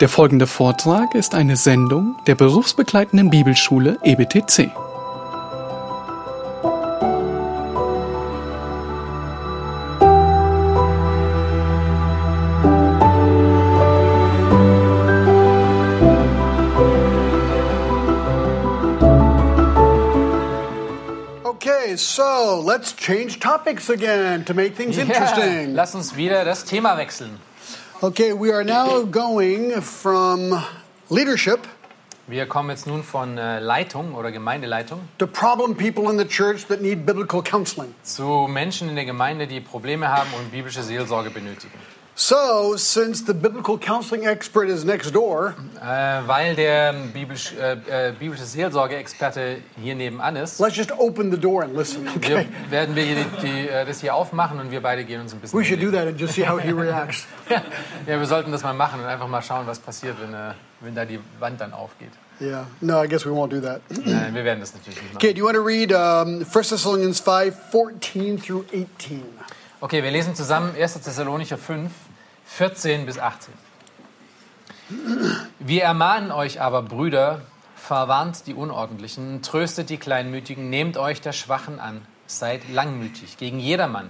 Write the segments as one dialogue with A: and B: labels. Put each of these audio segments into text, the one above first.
A: Der folgende Vortrag ist eine Sendung der berufsbegleitenden Bibelschule E EBTC.
B: Okay, so let's change topics again to make things interesting.
C: Lass uns wieder das Thema wechseln.
B: Okay, we are now going from leadership
C: Wir kommen jetzt nun von äh, Leitung oder Gemeindeleitung
B: to problem people in the church that need biblical counseling.
C: zu Menschen in der Gemeinde, die Probleme haben und biblische Seelsorge benötigen.
B: So, since the biblical counseling expert is next door,
C: Äh, weil der biblisch, äh, äh, biblische Seelsorge-Experte hier nebenan ist,
B: let's just open the door and listen.
C: wir,
B: Okay,
C: werden wir hier die, die, äh, das hier aufmachen und wir beide gehen uns ein bisschen.
B: we should do
C: in
B: that and just see how he reacts.
C: die- ja, wir sollten das mal machen und einfach mal schauen, was passiert, wenn, äh, wenn da die Wand dann aufgeht.
B: Yeah, no, I guess we won't do that.
C: Nein, wir werden das natürlich nicht machen.
B: Okay, do you want to read um, 1 Thessalonians 5 14 through 18?
C: Okay, wir lesen zusammen 1. Thessalonicher 5, 14 bis 18. Wir ermahnen euch aber, Brüder, verwarnt die Unordentlichen, tröstet die Kleinmütigen, nehmt euch der Schwachen an, seid langmütig gegen jedermann.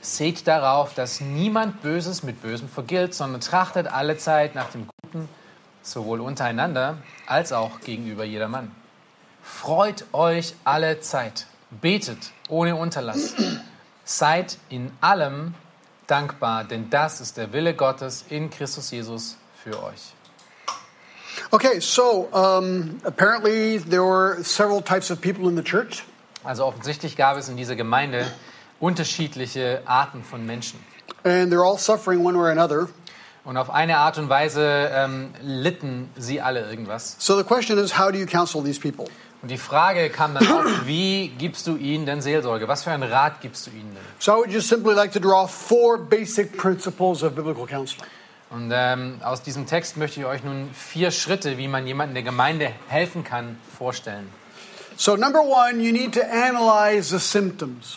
C: Seht darauf, dass niemand Böses mit Bösem vergilt, sondern trachtet allezeit nach dem Guten, sowohl untereinander als auch gegenüber jedermann. Freut euch alle Zeit, betet ohne Unterlass. Seid in allem dankbar, denn das ist der Wille Gottes in Christus Jesus für euch.
B: Okay, so um, apparently there were several types of people in the church.
C: Also offensichtlich gab es in dieser Gemeinde unterschiedliche Arten von Menschen.
B: and they're all suffering one way or another.
C: Und auf eine Art und Weise ähm, litten sie alle irgendwas.
B: So the question is, how do you counsel these people?
C: Und die Frage kam dann auf, wie gibst du ihnen denn Seelsorge? Was für einen Rat gibst du ihnen denn?
B: So I would just simply like to draw four basic principles of biblical counseling.
C: Und ähm, aus diesem Text möchte ich euch nun vier Schritte, wie man jemandem der Gemeinde helfen kann, vorstellen.
B: So number one, you need to analyze the symptoms.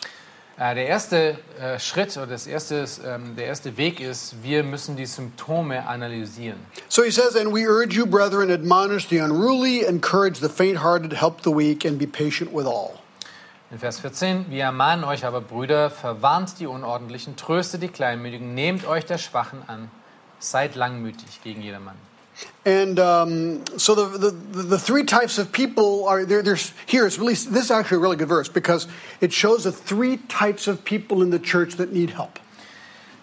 C: Äh, Der erste äh, Schritt oder das erste, ist, ähm, der erste Weg ist, wir müssen die Symptome analysieren.
B: So he says, and we urge you, brethren, admonish the unruly, encourage the faint-hearted, help the weak, and be patient with all.
C: In Vers 14, wir ermahnen euch aber, Brüder, verwarnt die Unordentlichen, tröstet die Kleinmütigen, nehmt euch der Schwachen an, seid langmütig gegen jedermann.
B: And um, so the, the, the, the three types of people are there. There's here. It's really this is actually a really good verse because it shows the three types of people in the church that need help.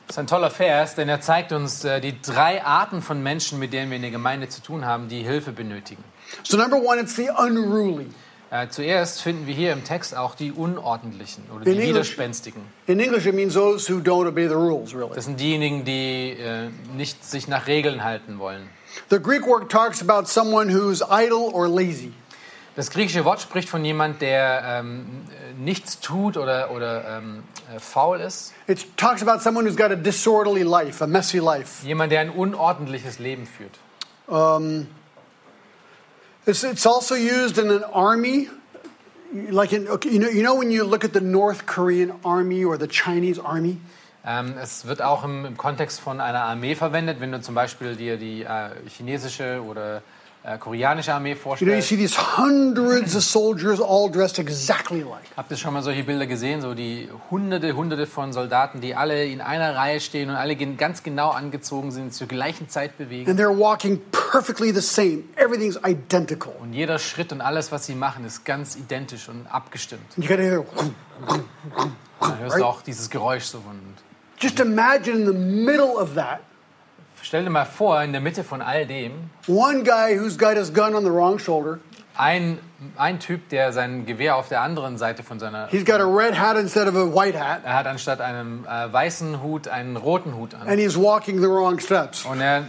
C: Das ist ein toller Vers, denn er zeigt uns äh, die drei Arten von Menschen, mit denen wir in der Gemeinde zu tun haben, die Hilfe benötigen.
B: So number one, it's the unruly.
C: Äh, Zuerst finden wir hier im Text auch die Unordentlichen oder
B: In
C: die
B: English-
C: Widerspenstigen.
B: In English, it means those who don't obey the rules, really.
C: Das sind diejenigen, die äh, nicht sich nach Regeln halten wollen.
B: The Greek word talks about someone who's idle or lazy.
C: Das griechische Wort spricht von jemand, der ähm, äh, nichts tut oder, oder ähm, äh, faul ist.
B: It talks about someone who's got a disorderly life, a messy life.
C: Jemand, der ein unordentliches Leben führt.
B: It's, it's also used in an army. Like in, okay, you, know, you know when you look at the North Korean army or the Chinese army?
C: Ähm, es wird auch im, im Kontext von einer Armee verwendet, wenn du zum Beispiel dir die äh, chinesische oder äh, koreanische Armee
B: You know, you see
C: vorstellst.
B: these hundreds of soldiers all dressed exactly alike.
C: Habt ihr schon mal solche Bilder gesehen? So die hunderte, hunderte von Soldaten, die alle in einer Reihe stehen und alle gen- ganz genau angezogen sind, zur gleichen Zeit bewegen.
B: And they're walking perfectly the same. Everything's identical.
C: Und jeder Schritt und alles, was sie machen, ist ganz identisch und abgestimmt.
B: You gotta hear,
C: Dann hörst du auch dieses Geräusch so von
B: just imagine in the middle of that,
C: Stell dir mal vor, in der Mitte von all dem,
B: one guy who's got his gun on the wrong shoulder,
C: ein, ein Typ, der sein Gewehr auf der anderen Seite von seiner...
B: He's got a red hat instead of a white hat,
C: Er hat anstatt einem äh, weißen Hut einen roten Hut an.
B: and he's walking the wrong steps.
C: Und er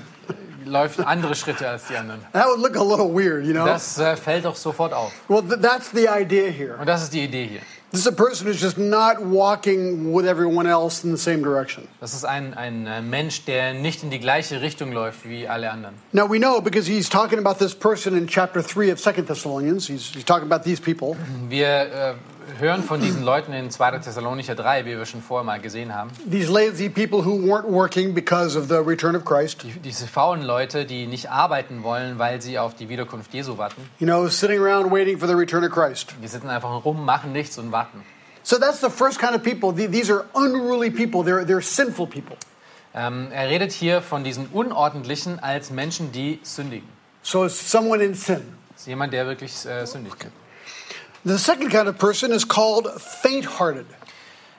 C: läuft andere Schritte als die anderen.
B: That would look a little weird, you know?
C: Das äh, fällt doch sofort auf.
B: well, th- that's the idea here.
C: Und das ist die Idee hier.
B: This is a person who's just not walking with everyone else in the same direction.
C: Das ist ein, ein äh, Mensch, der nicht in die gleiche Richtung läuft wie alle anderen.
B: Now, we know because he's
C: Mm-hmm.
B: talking about this person in chapter 3 of Second Thessalonians. He's, he's talking about these people.
C: Wir äh, hören von diesen Leuten in 2. Thessalonicher 3, wie wir schon vorher mal gesehen haben.
B: These lazy people who weren't working because of the return of Christ,
C: Die, diese faulen Leute, die nicht arbeiten wollen, weil sie auf die Wiederkunft Jesu warten.
B: you know, sitting around waiting for the return of Christ.
C: Die sitzen einfach rum, machen nichts und warten.
B: So that's the first kind of people. The- These are unruly people, they're, they're sinful people.
C: Ähm, er redet hier von diesen Unordentlichen als Menschen, die sündigen.
B: So it's someone in sin.
C: Das ist jemand, der wirklich äh, sündigt.
B: The second kind of person is called faint hearted.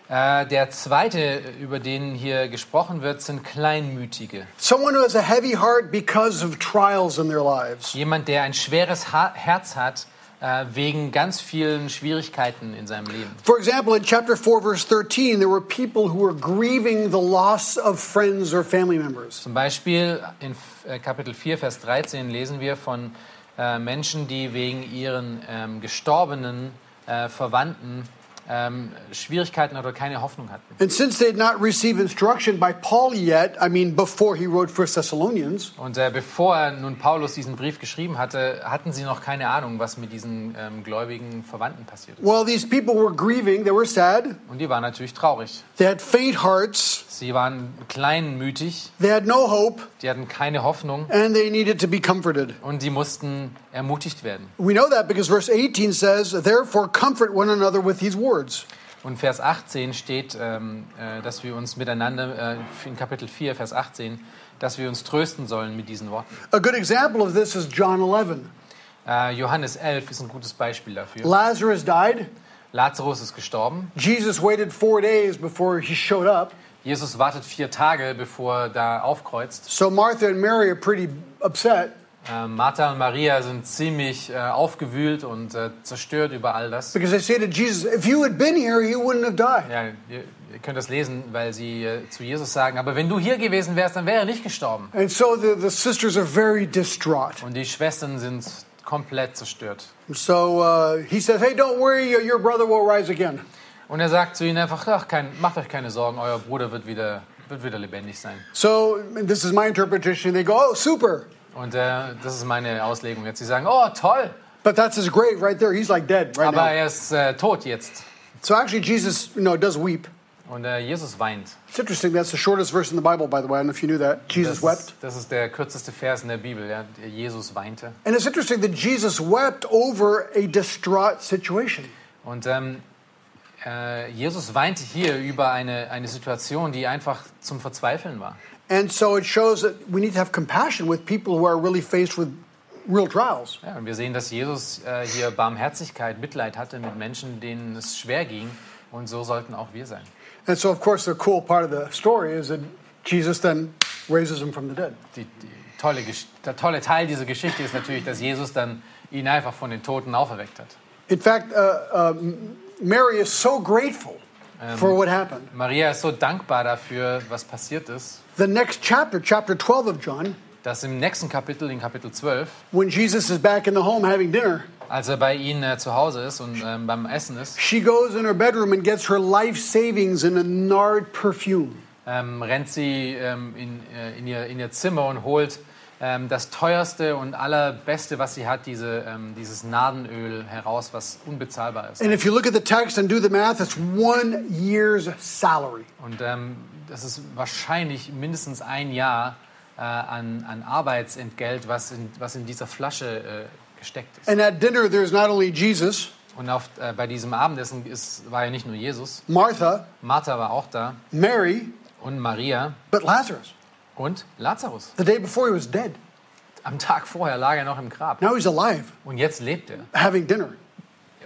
C: Äh, der zweite, über den hier gesprochen wird, sind Kleinmütige.
B: Someone who has a heavy heart because of trials in their lives.
C: Jemand, der ein schweres ha Herz hat, äh, wegen ganz vielen Schwierigkeiten in seinem Leben.
B: For example, in chapter 4, verse 13, there were people who were grieving the loss of friends or family members.
C: Zum Beispiel in F- äh, Kapitel 4, Vers 13 lesen wir von äh, Menschen, die wegen ihren ähm, gestorbenen äh, Verwandten ähm, Schwierigkeiten oder keine Hoffnung hatten.
B: And since they had not received instruction by Paul yet, I mean before he wrote First Thessalonians,
C: Und äh, bevor nun Paulus diesen Brief geschrieben hatte, hatten sie noch keine Ahnung, was mit diesen ähm, gläubigen Verwandten passiert ist.
B: well, these people were grieving, they were sad,
C: Und die waren natürlich traurig.
B: they had faint hearts,
C: Sie waren kleinmütig,
B: they had no hope,
C: die hatten keine Hoffnung
B: and they needed to be comforted.
C: und sie mussten ermutigt werden.
B: We know that because verse 18 says, Therefore comfort one another with these words.
C: Und Vers 18 steht, ähm, äh, dass wir uns miteinander, äh, in Kapitel 4, Vers 18, dass wir uns trösten sollen mit diesen Worten.
B: A good example of this is John 11.
C: Äh, Johannes 11 ist ein gutes Beispiel dafür.
B: Lazarus died.
C: Lazarus ist gestorben.
B: Jesus waited four days before he showed up.
C: Jesus wartet vier Tage, bevor er da aufkreuzt.
B: So Martha and Mary are pretty upset
C: Äh, Martha und Maria sind ziemlich äh, aufgewühlt und äh, zerstört über all das.
B: because they say to Jesus, If you had been here, you wouldn't have died.
C: Ja, ihr, ihr könnt das lesen, weil sie äh, zu Jesus sagen, aber wenn du hier gewesen wärst, dann wäre er nicht gestorben.
B: And so the, the sisters are very distraught.
C: Und die Schwestern sind komplett zerstört.
B: So uh, he says, Hey, don't worry, your, your brother will rise again.
C: Und er sagt zu ihnen einfach, ach, kein, macht euch keine Sorgen, euer Bruder wird wieder, wird wieder lebendig sein.
B: So this is my interpretation. They go, Oh, super.
C: Und äh, das ist meine Auslegung jetzt. Sie sagen, oh, toll,
B: But that's his grave right there. He's like dead right
C: aber
B: now.
C: er ist äh, tot jetzt.
B: So actually, Jesus, you know, does weep.
C: Und äh, Jesus weint.
B: It's interesting. That's the shortest verse in the Bible, by the way. I don't know if you knew that. Jesus
C: Das
B: wept.
C: ist, das ist der kürzeste Vers in der Bibel. Ja? Jesus weinte.
B: And it's interesting that Jesus wept over a distraught situation.
C: Und ähm, äh, Jesus weinte hier über eine, eine Situation, die einfach zum Verzweifeln war.
B: And so it shows that we need to have compassion with people who are really faced with real trials.
C: Ja, und wir sehen, dass Jesus äh, hier Barmherzigkeit, Mitleid hatte mit Menschen, denen es schwer ging. Und so sollten auch wir sein.
B: And so, of course, the cool part of the story is that Jesus then raises him from the dead.
C: die, die tolle, Gesch- der tolle Teil dieser Geschichte ist natürlich, dass Jesus dann ihn einfach von den Toten auferweckt hat.
B: In fact, uh, uh, M- Mary is so grateful for what happened.
C: Maria ist so dankbar dafür, was passiert ist,
B: The next chapter, chapter 12 of John,
C: dass im nächsten Kapitel, in Kapitel 12,
B: when Jesus is back in the home having dinner,
C: als er bei ihnen äh, zu Hause ist und ähm, beim Essen ist,
B: she goes in her bedroom and gets her life savings in a nard perfume.
C: ähm, rennt sie ähm, in, äh, in, ihr, in ihr Zimmer und holt ähm, das teuerste und allerbeste, was sie hat, diese, ähm, dieses Nadenöl heraus, was unbezahlbar ist.
B: And if you look at the text and do the math, it's one year's salary.
C: Und ähm, das ist wahrscheinlich mindestens ein Jahr äh, an, an Arbeitsentgelt, was in, was in dieser Flasche äh, gesteckt ist.
B: And at dinner, there's not only Jesus,
C: Und auf, äh, bei diesem Abendessen ist, war ja nicht nur Jesus,
B: Martha,
C: Martha war auch da
B: Mary,
C: und Maria
B: but Lazarus.
C: und Lazarus.
B: The day before, he was dead.
C: Am Tag vorher lag er noch im Grab
B: Now he's alive,
C: und jetzt lebt er
B: having dinner.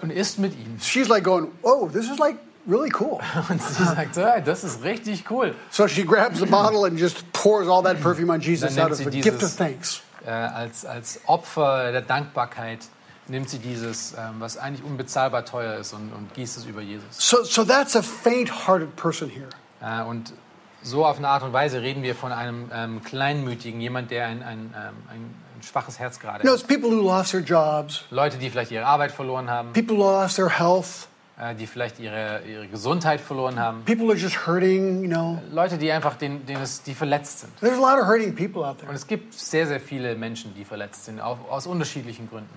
C: und isst mit ihnen.
B: She's like going, "Oh, this is like really cool."
C: Und sie sagt, "Ja, das ist richtig cool.
B: So she grabs the bottle and just pours all that perfume on Jesus out
C: Dann nimmt
B: of
C: sie
B: the
C: dieses-
B: gift of thanks.
C: Äh, als, als Opfer der Dankbarkeit nimmt sie dieses, ähm, was eigentlich unbezahlbar teuer ist und, und gießt es über Jesus.
B: So, so that's a faint-hearted person here.
C: Äh, und so auf eine Art und Weise reden wir von einem ähm, Kleinmütigen, jemand, der ein, ein, ähm, ein, ein schwaches Herz gerade
B: You know,
C: hat.
B: it's people who lost their jobs,
C: Leute, die vielleicht ihre Arbeit verloren haben,
B: people who lost their health,
C: äh, die vielleicht ihre, ihre Gesundheit verloren haben.
B: people who are just hurting. You know,
C: Leute, die einfach, den, denen es, die verletzt sind.
B: there's a lot of hurting people out there.
C: Und es gibt sehr, sehr viele Menschen, die verletzt sind, auf, aus unterschiedlichen Gründen.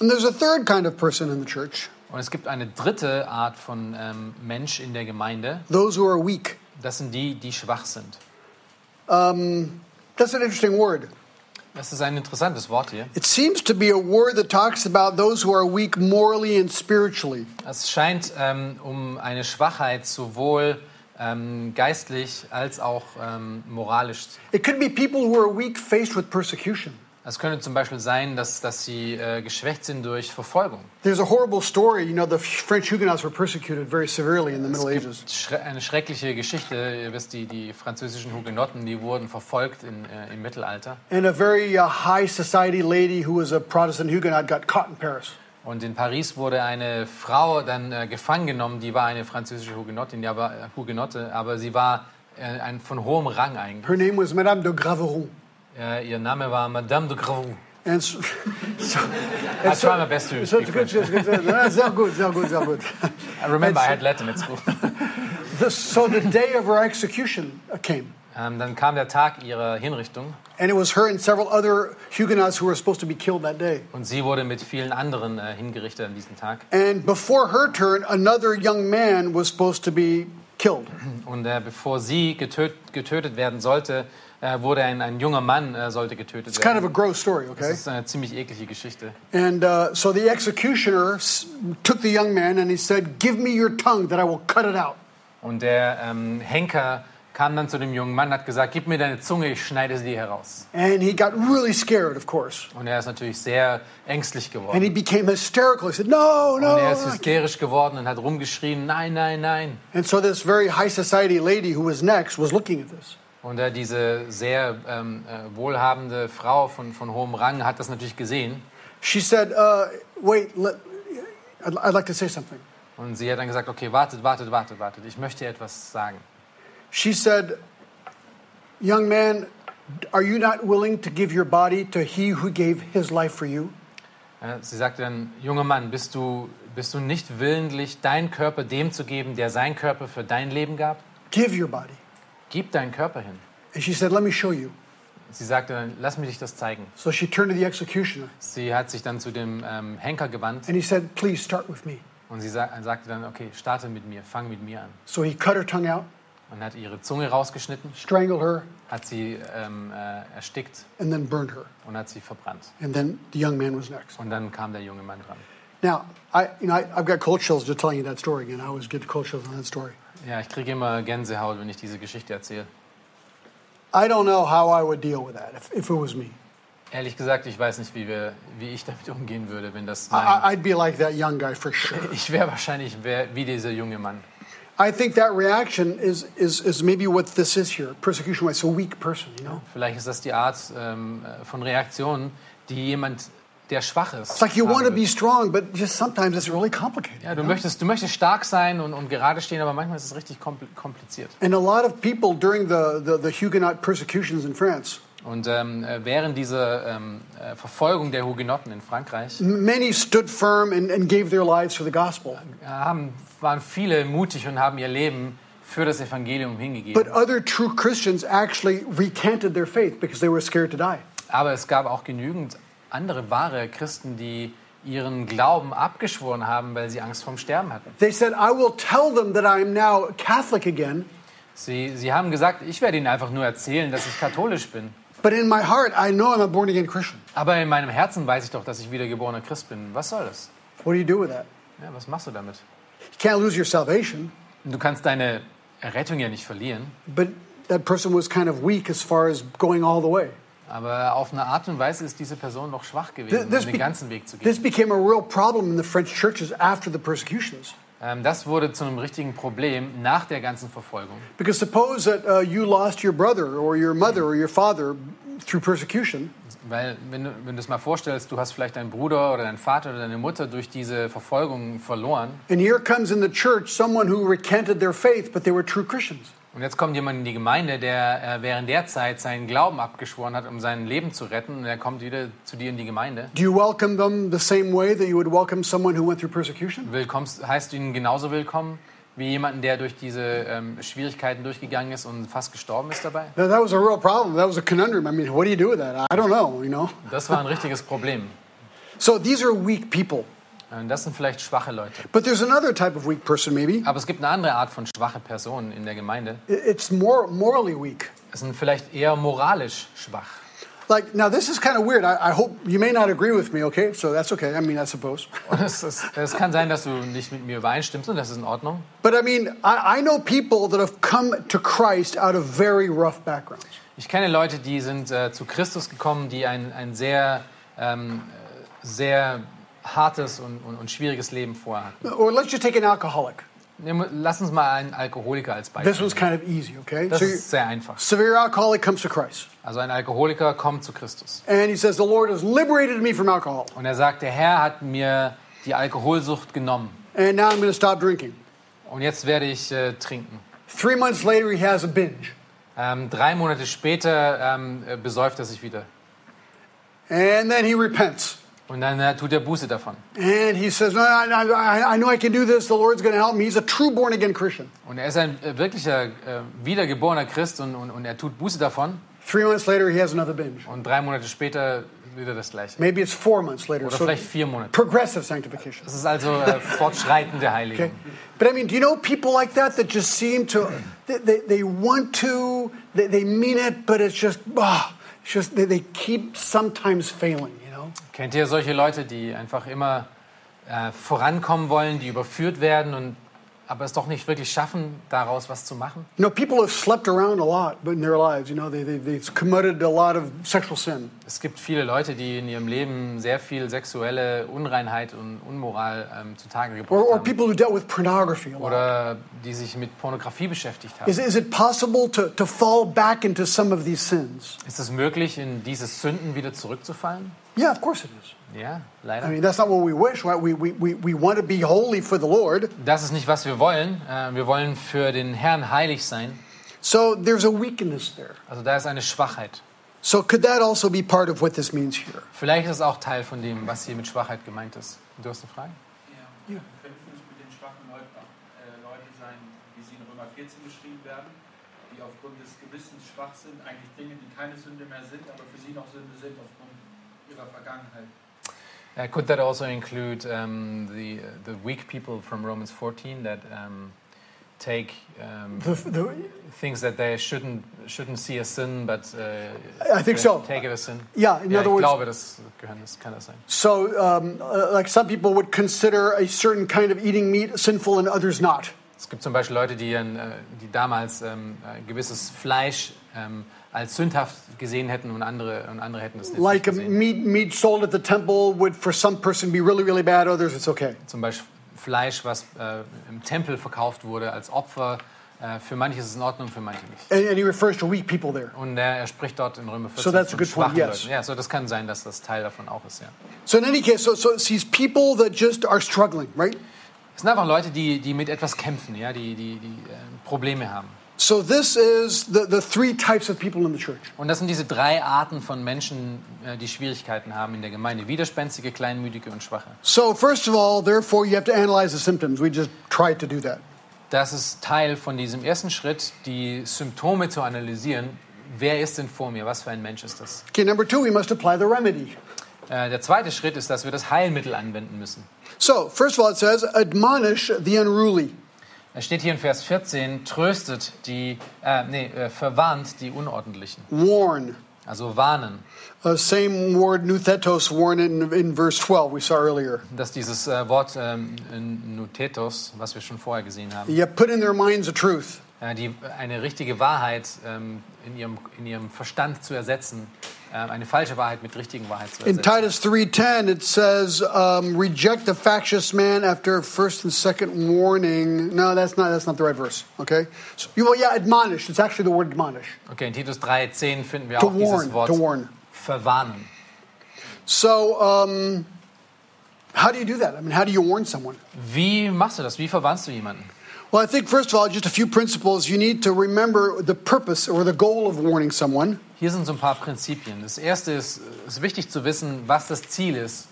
B: And there's a third kind of person in the church
C: Und es gibt eine dritte Art von ähm, Mensch in der Gemeinde.
B: those who are weak.
C: Das sind die, die schwach sind.
B: Um, That's an interesting word.
C: Das ist ein interessantes Wort hier.
B: It seems to be a word that talks about those who are weak morally and spiritually.
C: Es scheint ähm, um eine Schwachheit sowohl ähm, geistlich als auch ähm, moralisch.
B: It could be people who are weak faced with persecution.
C: Es könnte zum Beispiel sein, dass, dass sie äh, geschwächt sind durch Verfolgung.
B: There's a horrible story. You know, the French Huguenots were persecuted very severely in the Middle Ages.
C: Schre eine schreckliche Geschichte. Ihr wisst, die, die französischen Hugenotten, die wurden verfolgt in, äh, im Mittelalter.
B: And a very uh, high society lady who was a Protestant Huguenot got caught in Paris.
C: Und in Paris wurde eine Frau dann äh, gefangen genommen, die war eine französische Hugenottin, die aber, äh, Hugenotte, aber sie war äh, ein, von hohem Rang eigentlich.
B: Her name was Madame de Graveron.
C: Äh, ihr Name war Madame de Grau.
B: And so, so,
C: I try my best to
B: so
C: speak
B: it's good,
C: French.
B: it's good, it's good. Sehr gut, sehr gut, sehr gut.
C: I remember I had Latin at school.
B: The- so the day of her execution uh, came.
C: ähm, dann kam der Tag ihrer Hinrichtung
B: And it was her and several other Huguenots who were supposed to be killed that day.
C: und sie wurde mit vielen anderen äh, hingerichtet an diesem Tag.
B: And before her turn, another young man was supposed to be killed.
C: Und äh, bevor sie getö getötet werden sollte, äh, wurde ein, ein junger Mann äh, sollte getötet
B: It's kind of
C: werden.
B: a gross story, okay?
C: Das ist eine ziemlich eklige Geschichte.
B: And uh, so the executioner s- took the young man and he said, Give me your tongue that I will cut it out.
C: Und der ähm, Henker kam dann zu dem jungen Mann und hat gesagt, gib mir deine Zunge, ich schneide sie dir heraus.
B: And he got really scared, of course.
C: Und er ist natürlich sehr ängstlich
B: And
C: geworden.
B: he Oh, became hysterical. He said, No, no.
C: Und er ist
B: no."
C: hysterisch geworden und hat rumgeschrien, nein, nein, nein.
B: And so this very high society lady who was next was looking at this.
C: Und äh, diese sehr ähm, äh, wohlhabende Frau von, von hohem Rang hat das natürlich gesehen.
B: She said, uh, Wait, let, I'd, I'd like to say something.
C: Und sie hat dann gesagt, okay, wartet, wartet, wartet, wartet, ich möchte etwas sagen.
B: She said, Young man, are you not willing to give your body to he who gave his life for you?
C: Äh, Sie sagte dann, junger Mann, bist du, bist du nicht willentlich, deinen Körper dem zu geben, der sein Körper für dein Leben gab?
B: Give your body.
C: Gib deinen Körper hin.
B: And she said, Let me show you.
C: Sie sagte dann, lass mich dich das zeigen.
B: So she turned to the executioner
C: Sie hat sich dann zu dem ähm, Henker gewandt
B: and he said, Please start with me.
C: und sie sa sagte dann, okay, starte mit mir, fang mit mir an.
B: So he cut her tongue out,
C: Und hat ihre Zunge rausgeschnitten,
B: strangled her,
C: hat sie ähm, äh, erstickt
B: and then burned her.
C: und hat sie verbrannt.
B: And then the young man was next.
C: Und dann kam der junge Mann dran.
B: Now, I, you know, I, I've got cold chills just telling you that story again. I always get cold chills on that story.
C: Ja, ich kriege immer Gänsehaut, wenn ich diese Geschichte erzähle.
B: I don't know how I would deal with that if, if it was me.
C: Ehrlich gesagt, ich weiß nicht, wie, wir, wie ich damit umgehen würde, wenn das
B: I,
C: mein...
B: I- I'd be like that young guy for sure.
C: Ich wäre wahrscheinlich wär wie dieser junge Mann.
B: I think that reaction is, is, is maybe what this is here. Persecution, why it's a weak person, you know?
C: Vielleicht ist das die Art ähm, von Reaktionen, die jemand, der schwach ist.
B: It's like you
C: haben
B: want to
C: wird.
B: be strong, but just sometimes it's really complicated.
C: Ja, du möchtest, du möchtest stark sein und, und gerade stehen, aber manchmal ist es richtig kompl kompliziert.
B: And a lot of people during the, the, the Huguenot persecutions in France,
C: Und ähm, äh, während dieser ähm, äh, Verfolgung der Hugenotten in Frankreich äh,
B: many stood firm and, and gave their lives for the gospel.
C: haben, waren viele mutig und haben ihr Leben für das Evangelium
B: But
C: hingegeben.
B: other true Christians actually recanted their faith because they were scared to die.
C: Aber es gab auch genügend andere wahre Christen, die ihren Glauben abgeschworen haben, weil sie Angst vorm Sterben hatten.
B: They said, I will tell them that I am now Catholic again,
C: Sie, sie haben gesagt, ich werde ihnen einfach nur erzählen, dass ich katholisch bin.
B: but in my heart, I know I'm a born again Christian.
C: Aber in meinem Herzen weiß ich doch, dass ich wiedergeborener Christ bin. Was soll das?
B: What do you do with that?
C: Ja, was machst du damit?
B: You can't lose your salvation.
C: Du kannst deine Rettung ja nicht verlieren,
B: But that person was kind of weak as far as going all the way.
C: aber auf eine Art und Weise ist diese Person noch schwach
B: Th-
C: gewesen,
B: This,
C: um
B: be-
C: den ganzen Weg zu
B: this
C: gehen.
B: became a real problem in the French churches after the persecutions.
C: Ähm, das wurde zu einem richtigen Problem nach der ganzen Verfolgung.
B: Because suppose that uh, you lost your brother or your mother or your father through persecution,
C: Weil, wenn du, wenn du es mal vorstellst, du hast vielleicht deinen Bruder oder deinen Vater oder deine Mutter durch diese Verfolgung verloren.
B: and here comes in the church someone who recanted their faith, but they were true Christians.
C: Und jetzt kommt jemand in die Gemeinde, der äh, während der Zeit seinen Glauben abgeschworen hat, um sein Leben zu retten. Und er kommt wieder zu dir in die Gemeinde.
B: Do you welcome them the same way that you would welcome someone who went through persecution?
C: Willkommst, heißt du ihn genauso willkommen wie jemanden, der durch diese ähm, Schwierigkeiten durchgegangen ist und fast gestorben ist dabei?
B: Now, that was a real problem. That was a conundrum. I mean, what do you do with that? I don't know, you know?
C: Das war ein richtiges Problem.
B: So these are weak people.
C: Äh, Das sind vielleicht schwache Leute.
B: But there's another type of weak person, maybe.
C: Aber es gibt eine andere Art von schwache Personen in der Gemeinde.
B: It- It's more morally weak.
C: Es sind vielleicht eher moralisch schwach.
B: Like, now this is kind of weird. I, I hope you may not agree with me, okay? So that's okay. I mean, I suppose.
C: Und es, ist, es kann sein, dass du nicht mit mir übereinstimmst und das ist in Ordnung.
B: But I mean, I, I know people that have come to Christ out of very rough backgrounds.
C: Ich kenne Leute, die sind äh, zu Christus gekommen, die ein, ein sehr, ähm, äh, sehr hartes und, und, und schwieriges Leben vorher hatten.
B: Or let's just take an alcoholic.
C: Nehmen- Lass uns mal einen Alkoholiker als Beispiel.
B: This one's kind of easy, okay?
C: Das
B: So you
C: ist sehr einfach.
B: severe alcoholic comes to Christ.
C: Also ein Alkoholiker kommt zu Christus
B: And he says, The Lord has liberated me from alcohol.
C: und er sagt, der Herr hat mir die Alkoholsucht genommen
B: And now I'm going to stop drinking.
C: und jetzt werde ich äh, trinken.
B: Three months later, he has a binge.
C: Ähm, drei Monate später ähm, äh, besäuft er sich wieder
B: And then he repents.
C: und dann äh, tut er Buße davon.
B: And he says, no, I, I, I know I can do this. The Lord's going to help me. He's a true born again Christian.
C: Und er ist ein äh, wirklicher äh, wiedergeborener Christ und, und, und er tut Buße davon
B: Three months later, he has another binge.
C: und drei Monate später wieder das Gleiche.
B: Maybe it's four months later.
C: Oder
B: So
C: vielleicht vier Monate.
B: progressive sanctification.
C: Das ist also äh, fortschreitende Heiligung.
B: Okay? But I mean, do you know people like that that just seem to, they, they, they want to, they, they mean it, but it's just, ah, it's just they, they keep sometimes failing, you know?
C: Kennt ihr solche Leute, die einfach immer äh, vorankommen wollen, die überführt werden und aber es doch nicht wirklich schaffen, daraus was zu machen?
B: You know, people have slept around a lot in their lives. You know, they, they, they've committed a lot of sexual sin.
C: Es gibt viele Leute, die in ihrem Leben sehr viel sexuelle Unreinheit und Unmoral ähm, zutage
B: Or,
C: gebracht
B: or
C: haben.
B: people who dealt with pornography a lot.
C: Oder die sich mit Pornografie beschäftigt haben.
B: Is, is it possible to, to fall back into some of these sins?
C: Ist es möglich, in diese Sünden wieder zurückzufallen?
B: Yeah, of course it is.
C: Ja,
B: I
C: leider.
B: mean, that's not what we wish, right? We, we, we, we want to be holy for the Lord.
C: Das ist nicht, was wir wollen. Äh, Wir wollen für den Herrn heilig sein.
B: So there's a weakness there.
C: Also da ist eine Schwachheit.
B: So could that also be part of what this means here?
C: Vielleicht ist es auch Teil von dem, was hier mit Schwachheit gemeint ist. Du hast eine Frage?
D: Ja. Verknüpfen es mit den schwachen Leuten, äh, Leute sein, wie sie in Römer 14 beschrieben werden, die aufgrund des Gewissens schwach sind, eigentlich Dinge, die keine Sünde mehr sind, aber für sie noch Sünde sind aufgrund ihrer Vergangenheit.
C: Uh, could that also include um, the the weak people from Romans 14 that um, take um,
B: The, the,
C: things that they shouldn't shouldn't see as sin, but uh,
B: I think
C: they
B: so.
C: take it as sin?
B: yeah, in
C: ja, ich
B: other words,
C: glaube, das, gehören, das kann das sein.
B: so um, uh, like some people would consider a certain kind of eating meat sinful and others not.
C: Es gibt zum Beispiel Leute, die, ein, äh, die damals ähm, äh, gewisses Fleisch ähm, als sündhaft gesehen hätten und andere und andere hätten das nicht
B: Like a
C: gesehen.
B: meat, meat sold at the temple would, for some person, be really, really bad, others it's okay.
C: Zum Beispiel Fleisch, was äh, im Tempel verkauft wurde als Opfer. Äh, für manche ist es in Ordnung, für manche nicht.
B: And, and he refers to weak people there.
C: Und äh, er spricht dort in Römer 14
B: So that's a
C: von
B: good point,
C: schwachen
B: yes.
C: Leuten. Ja, so das kann sein, dass das Teil davon auch ist, ja.
B: So in any case, so, so it's these people that just are struggling, right?
C: Es sind einfach Leute, die, die mit etwas kämpfen, ja, die, die, die äh, Probleme haben.
B: So this is the, the three types of people in the church.
C: Und das sind diese drei Arten von Menschen, äh, die Schwierigkeiten haben in der Gemeinde. Widerspenstige, Kleinmütige und Schwache.
B: So first of all, therefore, you have to analyze the symptoms. We just tried to do that.
C: Das ist Teil von diesem ersten Schritt, die Symptome zu analysieren. Wer ist denn vor mir? Was für ein Mensch ist das?
B: Okay, number two, we must apply the remedy.
C: Äh, der zweite Schritt ist, dass wir das Heilmittel anwenden müssen.
B: So first of all, it says, admonish the unruly.
C: Es steht hier in Vers 14, tröstet die, äh, nee, äh, verwarnt die Unordentlichen.
B: Warn.
C: Also warnen.
B: Uh, same word, nuthetos, warn in, in verse 12 we saw earlier.
C: Das ist dieses äh, Wort ähm, in Nutetos, was wir schon vorher gesehen haben,
B: You put in their minds the truth.
C: äh, die, eine richtige Wahrheit ähm, in, ihrem, in ihrem Verstand zu ersetzen, äh, eine falsche Wahrheit mit richtigen Wahrheit zu
B: In
C: ersetzen.
B: Titus 3.10, it says, um, reject the factious man after first and second warning. No, that's not, that's not the right verse, okay? So, you, well, yeah, admonish. It's actually the word admonish.
C: Okay, in Titus 3,10 finden wir
B: To
C: auch dieses
B: warn, to
C: Wort
B: warn.
C: verwarnen.
B: So, um, how do you do that? I mean, how do you warn someone?
C: Wie machst du das? Wie verwarnst du jemanden?
B: Well, I think, first of all, just a few principles. You need to remember the purpose or the goal of warning someone.
C: Hier sind so ein paar Prinzipien. Das erste ist, es ist wichtig zu wissen, was das Ziel ist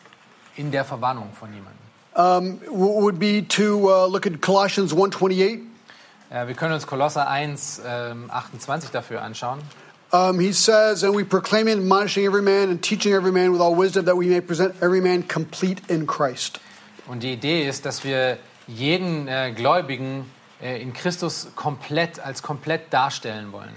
C: in der Verwarnung von jemandem.
B: Um, w- would be to uh, look at Colossians 1.28.
C: Äh, wir können uns Kolosser 1, ähm, 28 dafür anschauen.
B: Um, he says, and we proclaim and admonishing every man and teaching every man with all wisdom that we may present every man complete in Christ.
C: Und die Idee ist, dass wir jeden äh, Gläubigen äh, in Christus komplett als komplett darstellen wollen.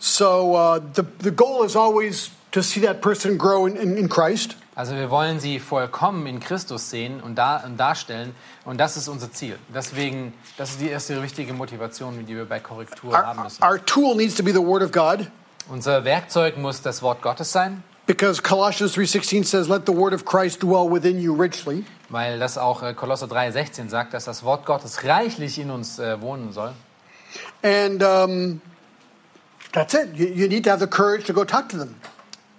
B: So uh, the, the goal is always to see that person grow in, in, in Christ.
C: Also wir wollen sie vollkommen in Christus sehen und, da, und darstellen. Und das ist unser Ziel. Deswegen, das ist die erste richtige Motivation, die wir bei Korrektur haben
B: Our,
C: müssen.
B: our tool needs to be the Word of God
C: Unser Werkzeug muss das Wort Gottes sein,
B: because Colossians 3.16 says, let the Word of Christ dwell within you richly.
C: weil das auch äh, Kolosser 3,16 sagt, dass das Wort Gottes reichlich in uns äh, wohnen soll.
B: And um, that's it. You, you need to have the courage to go talk to them.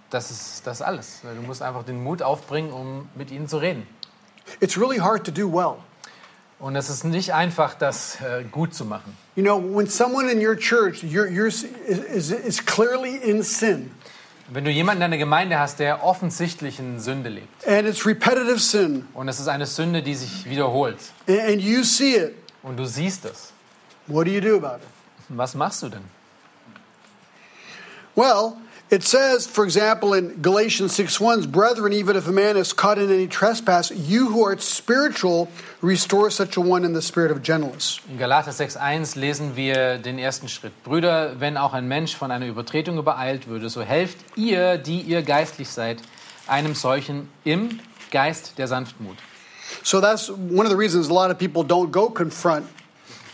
C: Das ist das ist alles. Du musst einfach den Mut aufbringen, um mit ihnen zu reden.
B: It's really hard to do well.
C: Und es ist nicht einfach, das äh, gut zu machen.
B: You know, when someone in your church you're, you're, is, is, is clearly in sin,
C: Wenn du jemanden in deiner Gemeinde hast, der offensichtlich in Sünde lebt,
B: and it's repetitive sin,
C: und es ist eine Sünde, die sich wiederholt,
B: and, and you see it,
C: und du siehst es,
B: what do you do about it?
C: was machst du denn?
B: Well, it says, for example, in Galatians 6 1, Brethren, even if a man is caught in any trespass, you who are spiritual, restore such a one in the spirit of gentleness.
C: In Galater 6,1 lesen wir den ersten Schritt. Brüder, wenn auch ein Mensch von einer Übertretung übereilt würde, so helft ihr, die ihr geistlich seid, einem solchen im Geist der Sanftmut.
B: So that's one of the reasons a lot of people don't go confront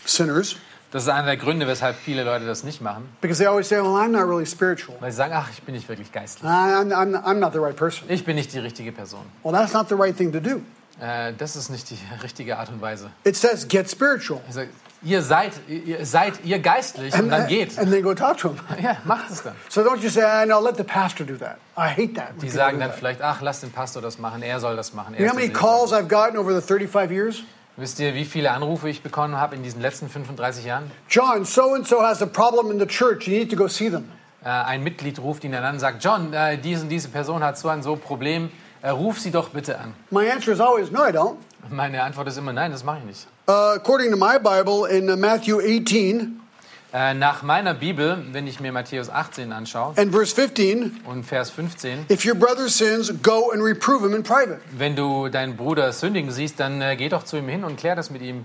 B: sinners
C: Das ist einer der Gründe, weshalb viele Leute das nicht machen,
B: because they always say, Well, I'm not really spiritual.
C: weil sie sagen, ach, ich bin nicht wirklich geistlich.
B: I- I'm, I'm, I'm not the right person.
C: Ich bin nicht die richtige Person.
B: Well, that's not the right thing to do.
C: Äh, das ist nicht die richtige Art und Weise.
B: It says, Get spiritual.
C: Also, ihr seid, ihr seid ihr geistlich und
B: Ähm, äh,
C: dann geht.
B: and then go talk to him.
C: Ja, macht es dann.
B: So don't just say, I know, let the pastor do that. I hate that. when
C: Die
B: people
C: sagen
B: do
C: dann
B: that.
C: vielleicht, ach, lass den Pastor das machen, er soll das machen. Er
B: You know how
C: ist der
B: many
C: Seelsorger.
B: calls I've gotten over the 35 years?
C: Wisst ihr, wie viele Anrufe ich bekommen habe in diesen letzten 35 Jahren?
B: John, so and so has a problem in the church. You need to go see them.
C: Äh, ein Mitglied ruft ihn dann an und sagt, John, äh, diese und diese Person hat so ein so Problem, äh, ruf sie doch bitte an.
B: My answer is always, no, I don't.
C: Und Meine Antwort ist immer, nein, das mache ich nicht.
B: Uh, according to my Bible, in uh, Matthew 18
C: Äh, nach meiner Bibel, wenn ich mir Matthäus 18 anschaue
B: and verse 15,
C: und Vers 15,
B: if your brother sins, go and reprove him in private.
C: wenn du deinen Bruder sündigen siehst, dann äh, geh doch zu ihm hin und klär das mit ihm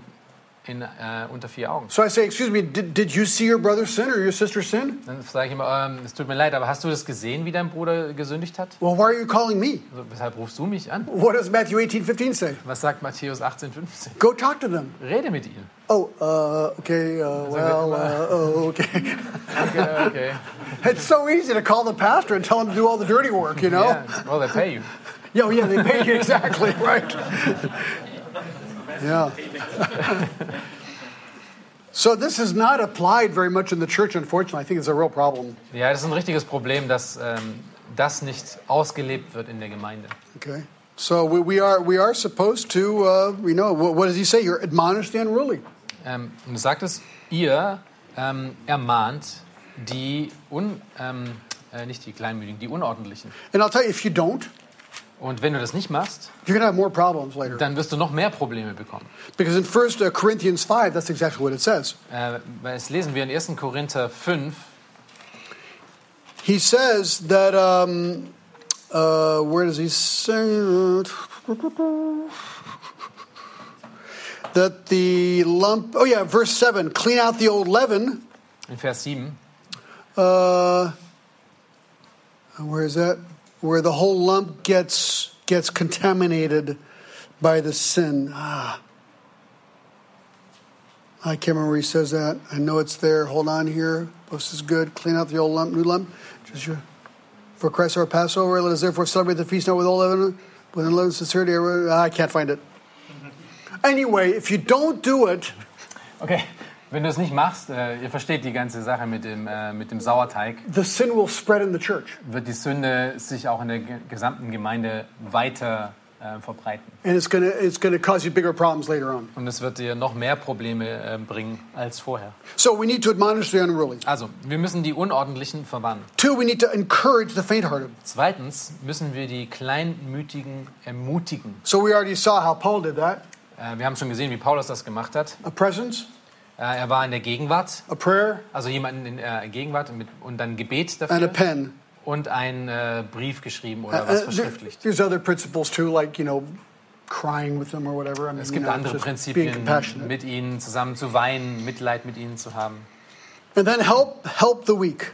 C: in, äh, unter vier Augen.
B: So I say, excuse me, did, did you see your brother sin or your sister sin?
C: Dann sage ich immer, ähm, es tut mir leid, aber hast du das gesehen, wie dein Bruder gesündigt hat?
B: Well, why are you calling me?
C: Also, weshalb rufst du mich an?
B: What does Matthew 18, 15 say?
C: Was sagt Matthäus 18, 15?
B: Go talk to them.
C: Rede mit ihm.
B: Oh, uh, okay, uh, well, uh, oh, okay.
C: Okay, Genau, okay.
B: It's so easy to call the pastor and tell him to do all the dirty work, you know?
C: Yeah, well, they pay you.
B: Yeah, well, yeah, they pay you exactly, right? Yeah. So this is not applied very much in the church, unfortunately. I think it's a real problem.
C: Ja, das ist ein richtiges Problem, dass ähm, das nicht ausgelebt wird in der Gemeinde.
B: Okay. So we, we are we are supposed to, uh, you know, what, what does he say? You're admonished the unruly.
C: Ähm, und es sagt es, ihr ähm, ermahnt die un, ähm, äh, nicht die Kleinmütigen, die Unordentlichen.
B: And I'll tell you, if you don't,
C: Und wenn du das nicht machst,
B: you're going to have more problems later.
C: dann wirst du noch mehr Probleme bekommen.
B: Because in First uh, Corinthians five, that's exactly what it says.
C: Äh, weil das lesen wir in 1. Korinther 5.
B: He says that. Um, uh, where does he say it? That the lump. Oh yeah, verse seven. Clean out the old leaven.
C: In Vers 7.
B: Uh, where is that? Where the whole lump gets gets contaminated by the sin. Ah. I can't remember where he says that. I know it's there. Hold on here. Post is good. Clean out the old lump, new lump. Just your, for Christ our Passover. Let us therefore celebrate the feast now with all leaven, with unleavened sincerity. Ah, I can't find it. Anyway, if you don't do it,
C: Okay. Wenn du es nicht machst, äh, ihr versteht die ganze Sache mit dem, äh, mit dem Sauerteig,
B: the sin will spread in the church.
C: wird die Sünde sich auch in der ge- gesamten Gemeinde weiter äh, verbreiten.
B: And it's gonna it's gonna cause you bigger problems later on.
C: Und es wird dir noch mehr Probleme äh, bringen als vorher.
B: So we need to admonish the unruly.
C: Also, wir müssen die Unordentlichen verbannen.
B: Two, we need to encourage the faint hearted.
C: Zweitens müssen wir die Kleinmütigen ermutigen.
B: So we already saw how Paul did that
C: Äh, wir haben schon gesehen, wie Paulus das gemacht hat.
B: a presence,
C: Äh, Äh, er war in der Gegenwart,
B: a prayer,
C: also jemanden in der Gegenwart mit, und dann Gebet
B: and a
C: dafür
B: pen.
C: und einen äh, Brief geschrieben
B: Uh,
C: oder was
B: uh, there-
C: verschriftlicht.
B: there's other principles too, like you know, crying with them or whatever. I mean,
C: Es
B: you
C: gibt
B: know,
C: andere
B: just being
C: Prinzipien,
B: compassionate,
C: mit ihnen zusammen zu weinen, Mitleid mit ihnen zu haben.
B: and then help help the weak.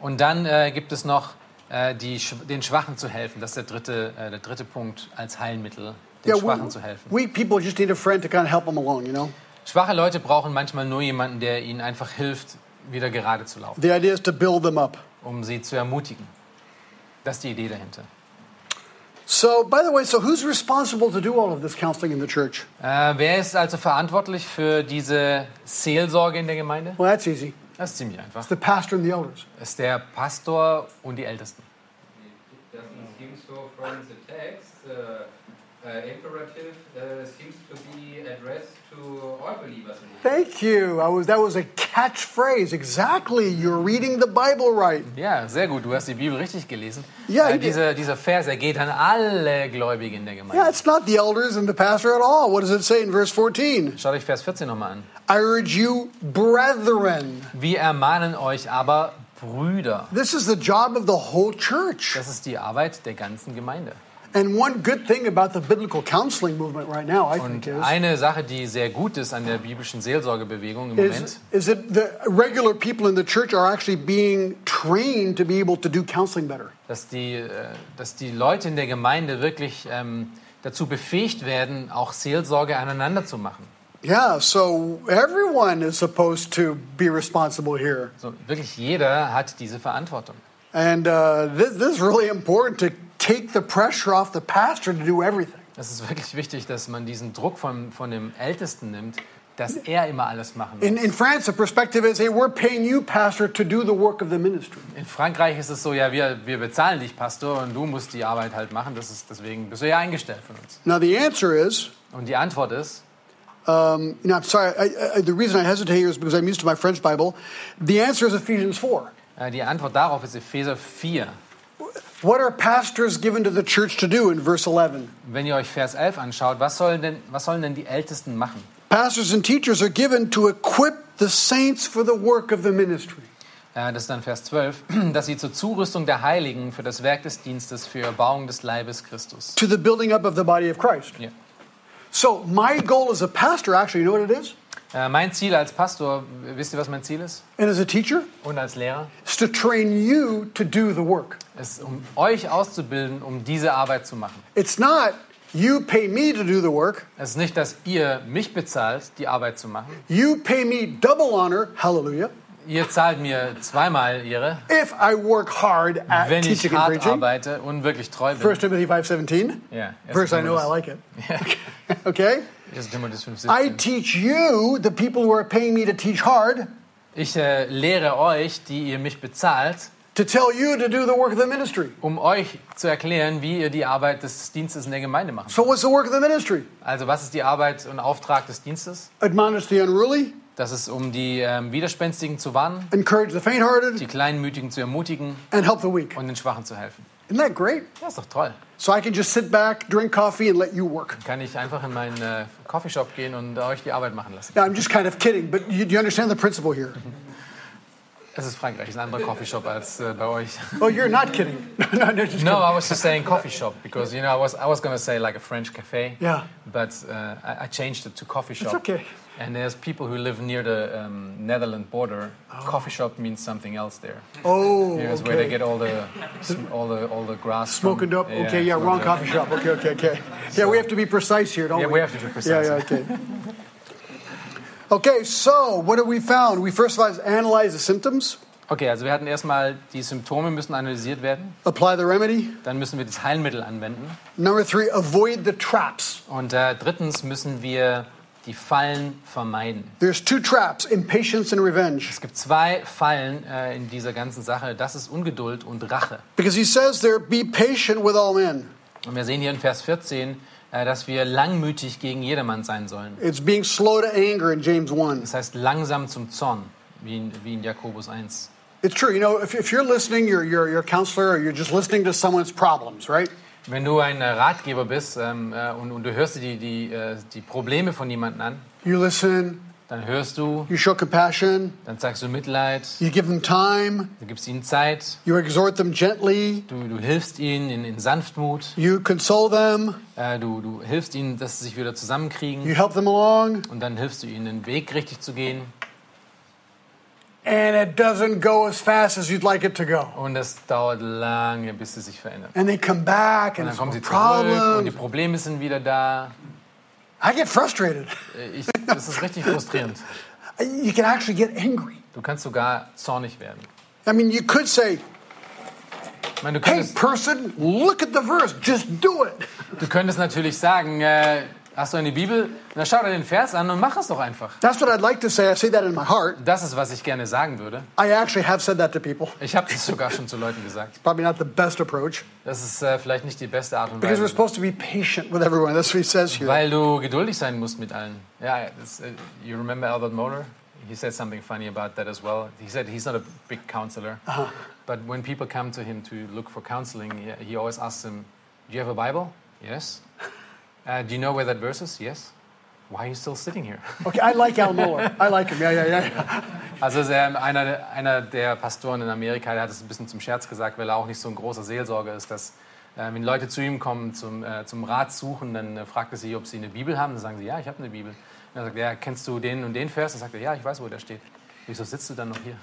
C: Und dann äh, gibt es noch äh, die, Sch- den Schwachen zu helfen. Das ist der dritte, äh, der dritte Punkt als Heilmittel, den
B: we-
C: Schwachen zu helfen.
B: weak people just need a friend to kind of help them along. You know,
C: Schwache Leute brauchen manchmal nur jemanden, der ihnen einfach hilft, wieder gerade zu laufen,
B: the idea is to build them up.
C: um sie zu ermutigen. Das ist die Idee dahinter.
B: So, by the way, so who's responsible to do all of this counseling in the church?
C: Äh, wer ist also verantwortlich für diese Seelsorge in der Gemeinde?
B: Well, that's easy.
C: Das ist ziemlich einfach.
B: The pastor and the elders.
C: Das ist der Pastor und die Ältesten.
E: It doesn't seem so from the text. The uh, imperative uh, seems to be addressed to all believers. in the
B: Thank you. I was that was a catchphrase. Exactly. You're reading the Bible right.
C: Ja, sehr gut. Du hast die Bibel richtig gelesen.
B: Ja,
C: äh,
B: ich-
C: dieser, dieser Vers, er geht an alle Gläubigen in der Gemeinde.
B: Yeah, it's not the elders and the pastor at all. What does it say in verse 14?
C: Schaut euch Vers 14 nochmal an.
B: I urge you, brethren.
C: Wir ermahnen euch aber, Brüder.
B: This is the job of the whole church.
C: Das ist die Arbeit der ganzen Gemeinde.
B: And one good thing about the biblical counseling movement right now, I think,
C: Und
B: is,
C: eine Sache, die sehr gut ist an der biblischen Seelsorgebewegung im
B: is,
C: Moment,
B: is that the regular people in the church are actually being trained to be able to do counseling better.
C: dass die, äh, dass die Leute in der Gemeinde wirklich ähm, dazu befähigt werden, auch Seelsorge aneinander zu machen.
B: Yeah, so everyone is supposed to be responsible here.
C: So, wirklich jeder hat diese Verantwortung.
B: And uh, this, this is really important to take the pressure off the pastor to do everything.
C: Es ist wirklich wichtig, dass man diesen Druck von, von dem Ältesten nimmt, dass er immer alles machen muss.
B: In, in France, the perspective is hey, we're paying you, pastor, to do the work of the ministry.
C: In Frankreich ist es so, ja, wir, wir bezahlen dich, Pastor, und du musst die Arbeit halt machen. Das ist, deswegen bist du ja eingestellt von uns.
B: Now, the answer is
C: Und die Antwort ist,
B: Um, no, I'm sorry. I, I, the reason I hesitate here is because I'm used to my French Bible. The answer is Ephesians 4.
C: äh, die Antwort darauf ist Epheser 4.
B: What are pastors given to the church to do in verse 11?
C: Wenn ihr euch Vers 11 anschaut, was sollen denn, was sollen denn die Ältesten machen?
B: Pastors and teachers are given to equip the saints for the work of the ministry.
C: Äh, das ist dann Vers 12, dass sie zur Zurüstung der Heiligen für das Werk des Dienstes, für Erbauung des Leibes Christus.
B: To the building up of the body of Christ.
C: Ja.
B: So, my goal as a pastor, actually, you know what it is?
C: Äh, mein Ziel als Pastor, wisst ihr, was mein Ziel ist?
B: And as a teacher?
C: Und als Lehrer?
B: It's to train you to do the work.
C: Es ist, um euch auszubilden, um diese Arbeit zu machen.
B: It's not you pay me to do the work,
C: Es ist nicht, dass ihr mich bezahlt, die Arbeit zu machen.
B: you pay me double honor, hallelujah,
C: Ihr zahlt mir zweimal ihre,
B: if I work hard at
C: wenn ich
B: teaching and
C: hart
B: preaching.
C: arbeite und wirklich treu bin.
B: 1 Timothy 5.17.
C: Yeah, yes,
B: Verse I know I
C: Timothy.
B: like it. Okay?
C: 1. Timotheus 5,
B: I
C: 17.
B: teach you, the people who are paying me to teach hard,
C: Ich äh, lehre euch, die ihr mich bezahlt,
B: to tell you to do the work of the ministry.
C: um euch zu erklären, wie ihr die Arbeit des Dienstes in der Gemeinde macht.
B: So what's the work of the ministry?
C: Also was ist die Arbeit und Auftrag des Dienstes?
B: Admonish the unruly,
C: Das ist, um die ähm, Widerspenstigen zu warnen,
B: encourage the faint-hearted,
C: die Kleinmütigen zu ermutigen
B: and help the weak.
C: und den Schwachen zu helfen.
B: Isn't that great?
C: Das ist doch toll.
B: So I can just sit back, drink coffee, and let you work.
C: Kann ich einfach in meinen äh, Coffeeshop gehen und euch die Arbeit machen lassen.
B: Now, I'm just kind of kidding, but you, you understand the principle here.
C: Es ist Frankreich, es ist ein anderer Coffeeshop als äh, bei euch.
B: Oh, you're not kidding. no, no, just
C: No, I was just saying coffee shop because you know I was I was going to say like a French cafe.
B: Yeah.
C: But uh, I, I changed it to coffee shop.
B: okay.
C: And there's people who live near the um, Netherlands border. Coffee shop means something else there.
B: Oh,
C: Here's where they
B: okay.
C: get all the sm- all the all the grass. from-
B: Smoking up. Okay, yeah,
C: smoked
B: wrong
C: up.
B: coffee shop. Okay, okay, okay. Yeah, we have to be precise here, don't
C: Yeah,
B: we?
C: we have to be precise.
B: Yeah, yeah, okay. Okay, so what have we found? We first of all analyze the symptoms,
C: Okay, also wir hatten erstmal die Symptome müssen analysiert werden.
B: apply the remedy.
C: Dann müssen wir das Heilmittel anwenden.
B: Number three, avoid the traps.
C: Und äh, drittens müssen wir die Fallen vermeiden.
B: There's two traps impatience and revenge.
C: Es gibt zwei Fallen äh, in dieser ganzen Sache. Das ist Ungeduld und Rache.
B: Because he says there, be patient with all men.
C: Und wir sehen hier in Vers 14, äh, dass wir langmütig gegen jedermann sein sollen.
B: It's being slow to anger in James 1.
C: Das heißt langsam zum Zorn, wie in, wie in Jakobus 1.
B: It's true, you know, if, if you're listening, you're, you're, you're a counselor, or you're just listening to someone's problems, right?
C: Wenn du ein äh, Ratgeber bist ähm, äh, und, und du hörst dir die, die, äh, die Probleme von jemandem an,
B: You listen,
C: dann hörst du,
B: You show compassion.
C: dann zeigst du Mitleid,
B: You give them time.
C: du gibst ihnen Zeit,
B: You exhort them gently.
C: du, du hilfst ihnen in, in Sanftmut,
B: You console them.
C: äh, du, du hilfst ihnen, dass sie sich wieder zusammenkriegen
B: You help them along.
C: und dann hilfst du ihnen, den Weg richtig zu gehen
B: And it doesn't go as fast as you'd like it to go.
C: und das dauert lange, bis sie sich verändern.
B: And they come back
C: Und
B: and
C: dann
B: it's
C: kommen
B: a
C: sie zurück und die
B: problem.
C: Probleme sind wieder da.
B: I get frustrated.
C: Äh, Ich, das ist richtig frustrierend.
B: You can actually get angry.
C: Du kannst sogar zornig werden.
B: I mean, you could say,
C: Ich meine, du
B: hey,
C: könntest,
B: person, look at the verse. Just do it.
C: du könntest natürlich sagen, äh, hast du eine Bibel? Na schau dir den Vers an und mach es doch einfach.
B: That's what I'd like to say. I say that in my heart.
C: Das ist, was ich gerne sagen würde.
B: I actually have said that to people.
C: Ich habe das sogar schon zu Leuten gesagt.
B: Probably not the best approach
C: Das ist äh, vielleicht nicht die beste Art und
B: because we're
C: Weise,
B: supposed to be patient with everyone. That's what he says here.
C: weil du geduldig sein musst mit allen. Ja, das, äh, you remember Albert Moeller? He said something funny about that as well. He said he's not a big counselor, but when people come to him to look for counseling, he- he always asks them, "Do you have a Bible? Yes. Uh, do you know where that verse is? Yes. Why are you still sitting here?"
B: Okay, I like Al Mohler. I like him. Yeah, yeah, yeah.
C: Also ist er einer, der- einer der Pastoren in Amerika, der hat es ein bisschen zum Scherz gesagt, weil er auch nicht so ein großer Seelsorger ist, dass äh, wenn Leute zu ihm kommen, zum, äh, zum Rat suchen, dann äh, fragt er sie, ob sie eine Bibel haben. Dann sagen sie, ja, ich habe eine Bibel. Und dann sagt er, ja, kennst du den und den Vers? Dann sagt er, ja, ich weiß, wo der steht. Wieso sitzt du dann noch hier?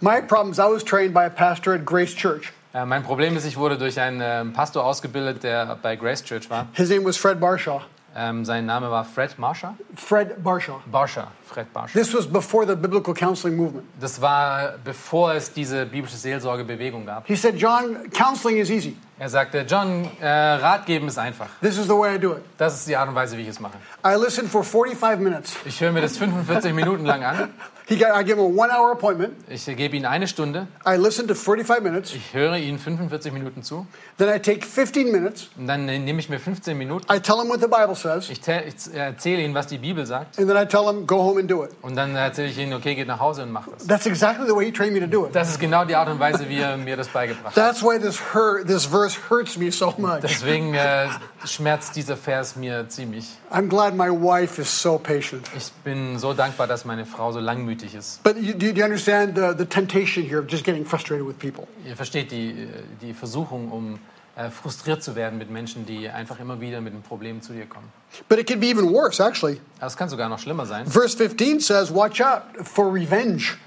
B: My problem is I was trained by a pastor at Grace Church.
C: Äh, mein Problem ist, ich wurde durch einen ähm, Pastor ausgebildet, der bei Grace Church war.
B: His name was Fred Barshaw.
C: Ähm, sein Name war Fred Marsha.
B: Fred Barshaw.
C: Barsha, Fred Barsha.
B: This was before the biblical counseling movement.
C: Das war, bevor es diese biblische Seelsorgebewegung gab.
B: He said, John, counseling is easy.
C: Er sagte, John, äh, Rat geben ist einfach.
B: This is the way I do it.
C: Das ist die Art und Weise, wie ich es mache.
B: I listened for 45 minutes.
C: Ich höre mir das 45 Minuten lang an.
B: He got, I gave him a one hour appointment.
C: Ich gebe Ihnen eine Stunde.
B: I listened to 45 minutes.
C: Ich höre Ihnen 45 Minuten zu.
B: Then I take 15 minutes.
C: Und dann nehme ich mir 15 Minuten.
B: I tell him what the Bible says.
C: Ich, te- ich erzähle Ihnen, was die Bibel sagt.
B: And then I tell him, go home and do it.
C: Und dann erzähle ich Ihnen, okay, geht nach Hause und macht das.
B: That's exactly the way he trained me to do it.
C: Das ist genau die Art und Weise, wie er mir das beigebracht hat.
B: That's why this hurt, this verse hurts me so much.
C: Deswegen äh, schmerzt dieser Vers mir ziemlich.
B: I'm glad my wife is so patient.
C: Ich bin so dankbar, dass meine Frau so langmütig ist.
B: But you, do you understand the, the temptation here of just getting frustrated with people?
C: Ihr versteht die, äh, die Versuchung, um äh, frustriert zu werden mit Menschen, die einfach immer wieder mit einem Problem zu dir kommen.
B: But it could be even worse, actually.
C: Aber es kann sogar noch schlimmer sein.
B: Verse 15 says, Watch out for revenge.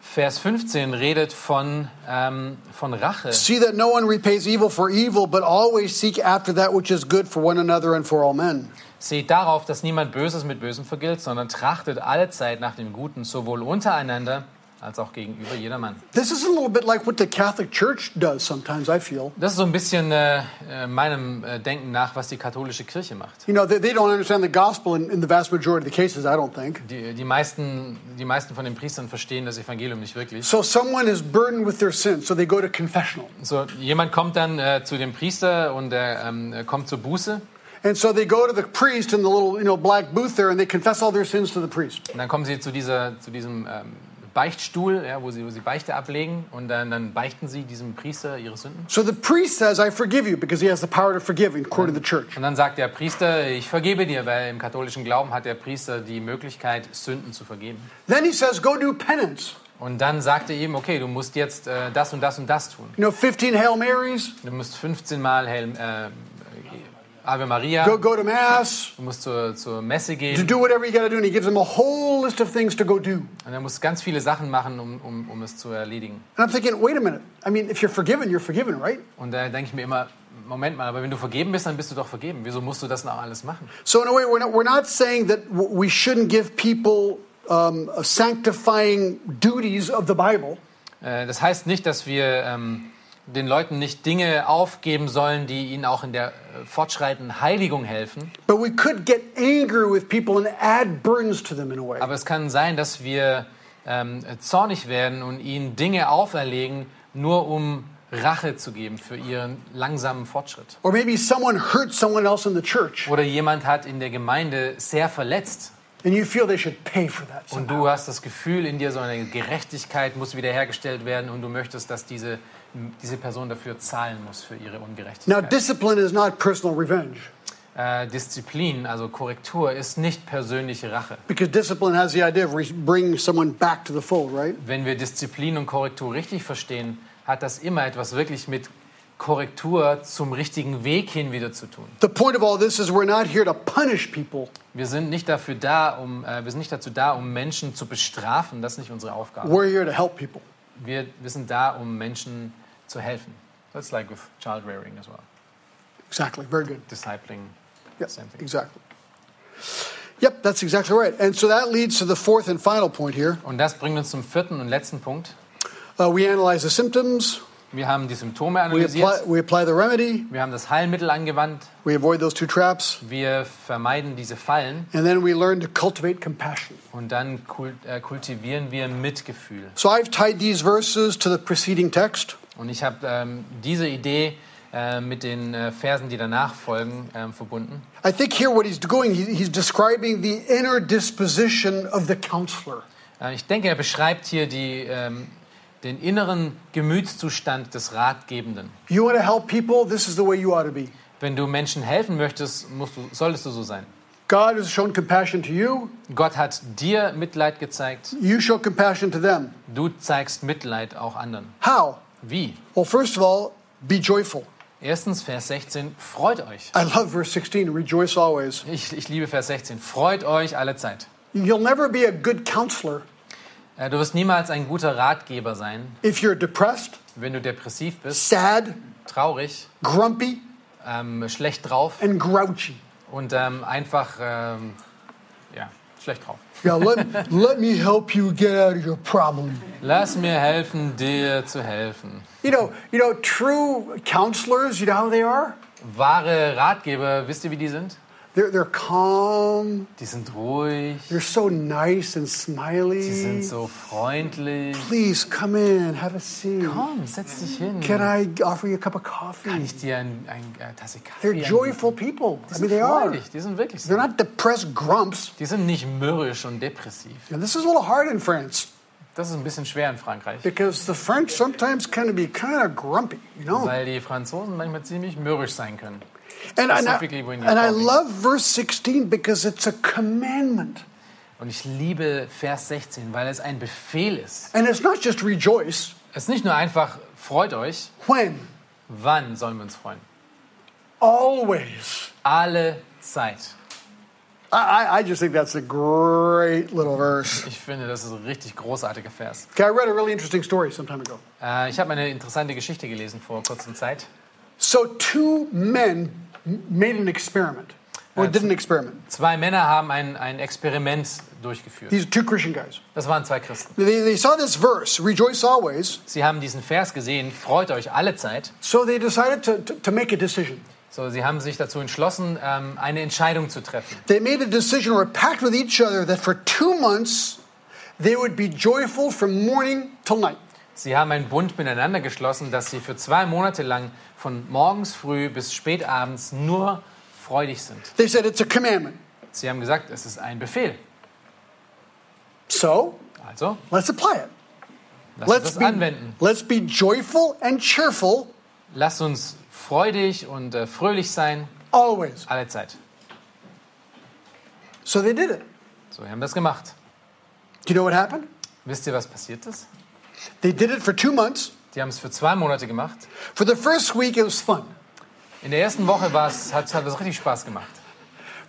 C: Vers 15 redet von, ähm, von Rache.
B: See that no one repays evil for evil, but always seek after that which is good for one another and for all men.
C: Seht darauf, dass niemand Böses mit Bösem vergilt, sondern trachtet allezeit nach dem Guten, sowohl untereinander als auch gegenüber jedermann.
B: This is a little bit like what the Catholic Church does sometimes, I feel.
C: Das ist so ein bisschen äh, äh, meinem äh, Denken nach, was die katholische Kirche macht.
B: You know, they, they don't understand the gospel in, in the vast majority of the cases, I don't think.
C: Die, die, meisten, die meisten von den Priestern verstehen das Evangelium nicht wirklich.
B: So someone is burdened with their sin, so they go to confessional.
C: So, jemand kommt dann äh, zu dem Priester und er ähm, er kommt zur Buße.
B: And so they go to the priest in the little, you know, black booth there and they confess all their sins to the priest.
C: Und dann kommen sie zu, dieser, zu diesem ähm, Beichtstuhl, ja, wo, sie, wo sie Beichte ablegen. Und dann, dann beichten sie diesem Priester ihre Sünden.
B: So the priest says, I forgive you because he has the power to forgive according to the church.
C: Und dann sagt der Priester, ich vergebe dir, weil im katholischen Glauben hat der Priester die Möglichkeit, Sünden zu vergeben.
B: Then he says, Go do penance.
C: Und dann sagt er ihm, okay, du musst jetzt äh, das und das und das tun.
B: You know, 15 Hail Marys,
C: Du musst 15 Mal Hail, äh, Ave Maria,
B: go go to Mass,
C: du musst zur, zur Messe
B: to
C: gehen.
B: do whatever you got to do. And he gives them a whole list of things to go do. And
C: Und dann musst du ganz viele Sachen machen, um, um, um es zu erledigen.
B: I'm thinking, wait a minute. I mean, if you're forgiven, you're forgiven, right?
C: Und da denke ich mir immer, Moment mal, aber wenn du vergeben bist, dann bist du doch vergeben. Wieso musst du das noch alles machen?
B: So, in a way, we're not, we're not saying that w- we shouldn't give people um, sanctifying duties of the Bible.
C: Äh, das heißt nicht, dass wir ähm, den Leuten nicht Dinge aufgeben sollen, die ihnen auch in der äh, fortschreitenden Heiligung helfen.
B: But we could get angry with people and add burdens to them in a way.
C: Aber es kann sein, dass wir ähm, zornig werden und ihnen Dinge auferlegen, nur um Rache zu geben für ihren langsamen Fortschritt.
B: Or maybe someone hurt someone else in the church
C: Oder jemand hat in der Gemeinde sehr verletzt
B: and you feel they should pay for that.
C: und du hast das Gefühl, in dir so eine Gerechtigkeit muss wiederhergestellt werden und du möchtest, dass diese, diese Person dafür zahlen muss für ihre
B: Now,
C: Ungerechtigkeit.
B: discipline is not personal revenge.
C: äh, Disziplin, also Korrektur, ist nicht persönliche Rache.
B: Because discipline has the idea of re- bringing someone back to the fold, right?
C: Wenn wir Disziplin und Korrektur richtig verstehen, hat das immer etwas wirklich mit Korrektur zum richtigen Weg hin wieder zu tun.
B: The point of all this is we're not here to punish people.
C: Wir sind nicht dafür da, um äh, wir sind nicht dazu da, um Menschen zu bestrafen. Das ist nicht unsere Aufgabe.
B: We're here to help people.
C: Wir, wir sind da, um Menschen zu helfen. That's like with child rearing as well.
B: Exactly. Very good.
C: Discipling.
B: Yep,
C: Same thing.
B: exactly. Yep, that's exactly right. And so that leads to the fourth and final point here.
C: Und das bringt uns zum vierten und letzten Punkt.
B: Uh, we analyze the symptoms,
C: Wir haben die Symptome
B: we apply,
C: analysiert.
B: we apply the remedy,
C: Wir haben das Heilmittel angewandt.
B: we avoid those two traps,
C: Wir vermeiden diese Fallen.
B: and then we learn to cultivate compassion.
C: Und dann kul äh, kultivieren wir Mitgefühl.
B: So I've tied these verses to the preceding text.
C: Und ich habe ähm, diese Idee äh, mit den äh, Versen, die danach folgen, ähm, verbunden.
B: I think here what he's doing, he, he's describing the inner disposition of the counselor.
C: Äh, ich denke, er beschreibt hier die, ähm, den inneren Gemütszustand des Ratgebenden.
B: You want to help people, this is the way you ought to be.
C: Wenn du Menschen helfen möchtest, musst du, solltest du so sein.
B: God has shown compassion to you,
C: Gott hat dir Mitleid gezeigt,
B: you show compassion to them.
C: du zeigst Mitleid auch anderen.
B: How?
C: Wie?
B: Well, first of all, be joyful.
C: Erstens, Vers 16, freut euch.
B: I love verse 16, rejoice always.
C: Ich, ich liebe Vers 16, freut euch alle Zeit.
B: You'll never be a good counselor
C: Äh, Du wirst niemals ein guter Ratgeber sein,
B: if you're depressed,
C: wenn du depressiv bist,
B: sad,
C: traurig,
B: grumpy,
C: ähm, schlecht drauf
B: and grouchy.
C: und ähm, einfach, ähm, ja, schlecht drauf.
B: Yeah, let, let me help you get out of your problem.
C: Lass mir helfen, dir zu helfen.
B: You know, you know, true counselors, you know how they are?
C: Wahre Ratgeber, wisst ihr, wie die sind?
B: They're, they're calm,
C: Die sind ruhig,
B: they're so nice and
C: die sind
B: smiley.
C: so freundlich.
B: Please come in, have a seat.
C: Komm, setz dich hin.
B: Can I offer you a cup of
C: Kann
B: coffee?
C: ich dir ein, ein, eine Tasse Kaffee
B: They're
C: anbieten?
B: joyful people.
C: Die
B: I
C: sind
B: mean, they are.
C: freudig, die sind wirklich so.
B: They're not depressed grumps.
C: Die sind nicht mürrisch und depressiv.
B: And this is a little hard in France
C: Das ist ein bisschen schwer in Frankreich,
B: because the French sometimes can be kind of grumpy, you know?
C: weil die Franzosen manchmal ziemlich mürrisch sein können.
B: And, and, I,
C: Specifically when you're
B: and I
C: talking.
B: love verse 16 because it's a commandment.
C: Und ich liebe Vers 16, weil es ein Befehl ist.
B: And it's not just rejoice.
C: Es ist nicht nur einfach, freut euch,
B: When?
C: wann sollen wir uns freuen?
B: Always.
C: Alle Zeit.
B: I, I, I just think that's a great little verse.
C: Ich finde, das ist ein richtig großartiger Vers.
B: Okay, I read a really interesting story some time ago.
C: Äh, ich habe eine interessante Geschichte gelesen vor kurzer Zeit.
B: So, two men m- made an experiment, or did an experiment.
C: Zwei Männer haben ein, ein Experiment durchgeführt.
B: These are two Christian guys.
C: Das waren zwei Christen.
B: They, they saw this verse, rejoice always,
C: Sie haben diesen Vers gesehen, freut euch alle Zeit.
B: so they decided to, to, to make a decision.
C: So, sie haben sich dazu entschlossen, ähm, eine Entscheidung zu treffen.
B: They made a decision or a pact with each other that for two months they would be joyful from morning till night.
C: Sie haben einen Bund miteinander geschlossen, dass sie für zwei Monate lang von morgens früh bis spätabends nur freudig sind.
B: They said it's a commandment.
C: Sie haben gesagt, es ist ein Befehl.
B: So
C: Also,
B: let's apply it.
C: lasst uns
B: Let's
C: das
B: be,
C: anwenden.
B: let's be joyful and cheerful
C: Lasst uns freudig und äh, fröhlich sein,
B: always.
C: alle Zeit.
B: So they did it.
C: So, wir haben das gemacht.
B: Do you know what happened?
C: Wisst ihr, was passiert ist?
B: They did it for two months.
C: Die haben es für zwei Monate gemacht.
B: For the first week, it was fun.
C: In der ersten Woche war's, hat, hat es richtig Spaß gemacht.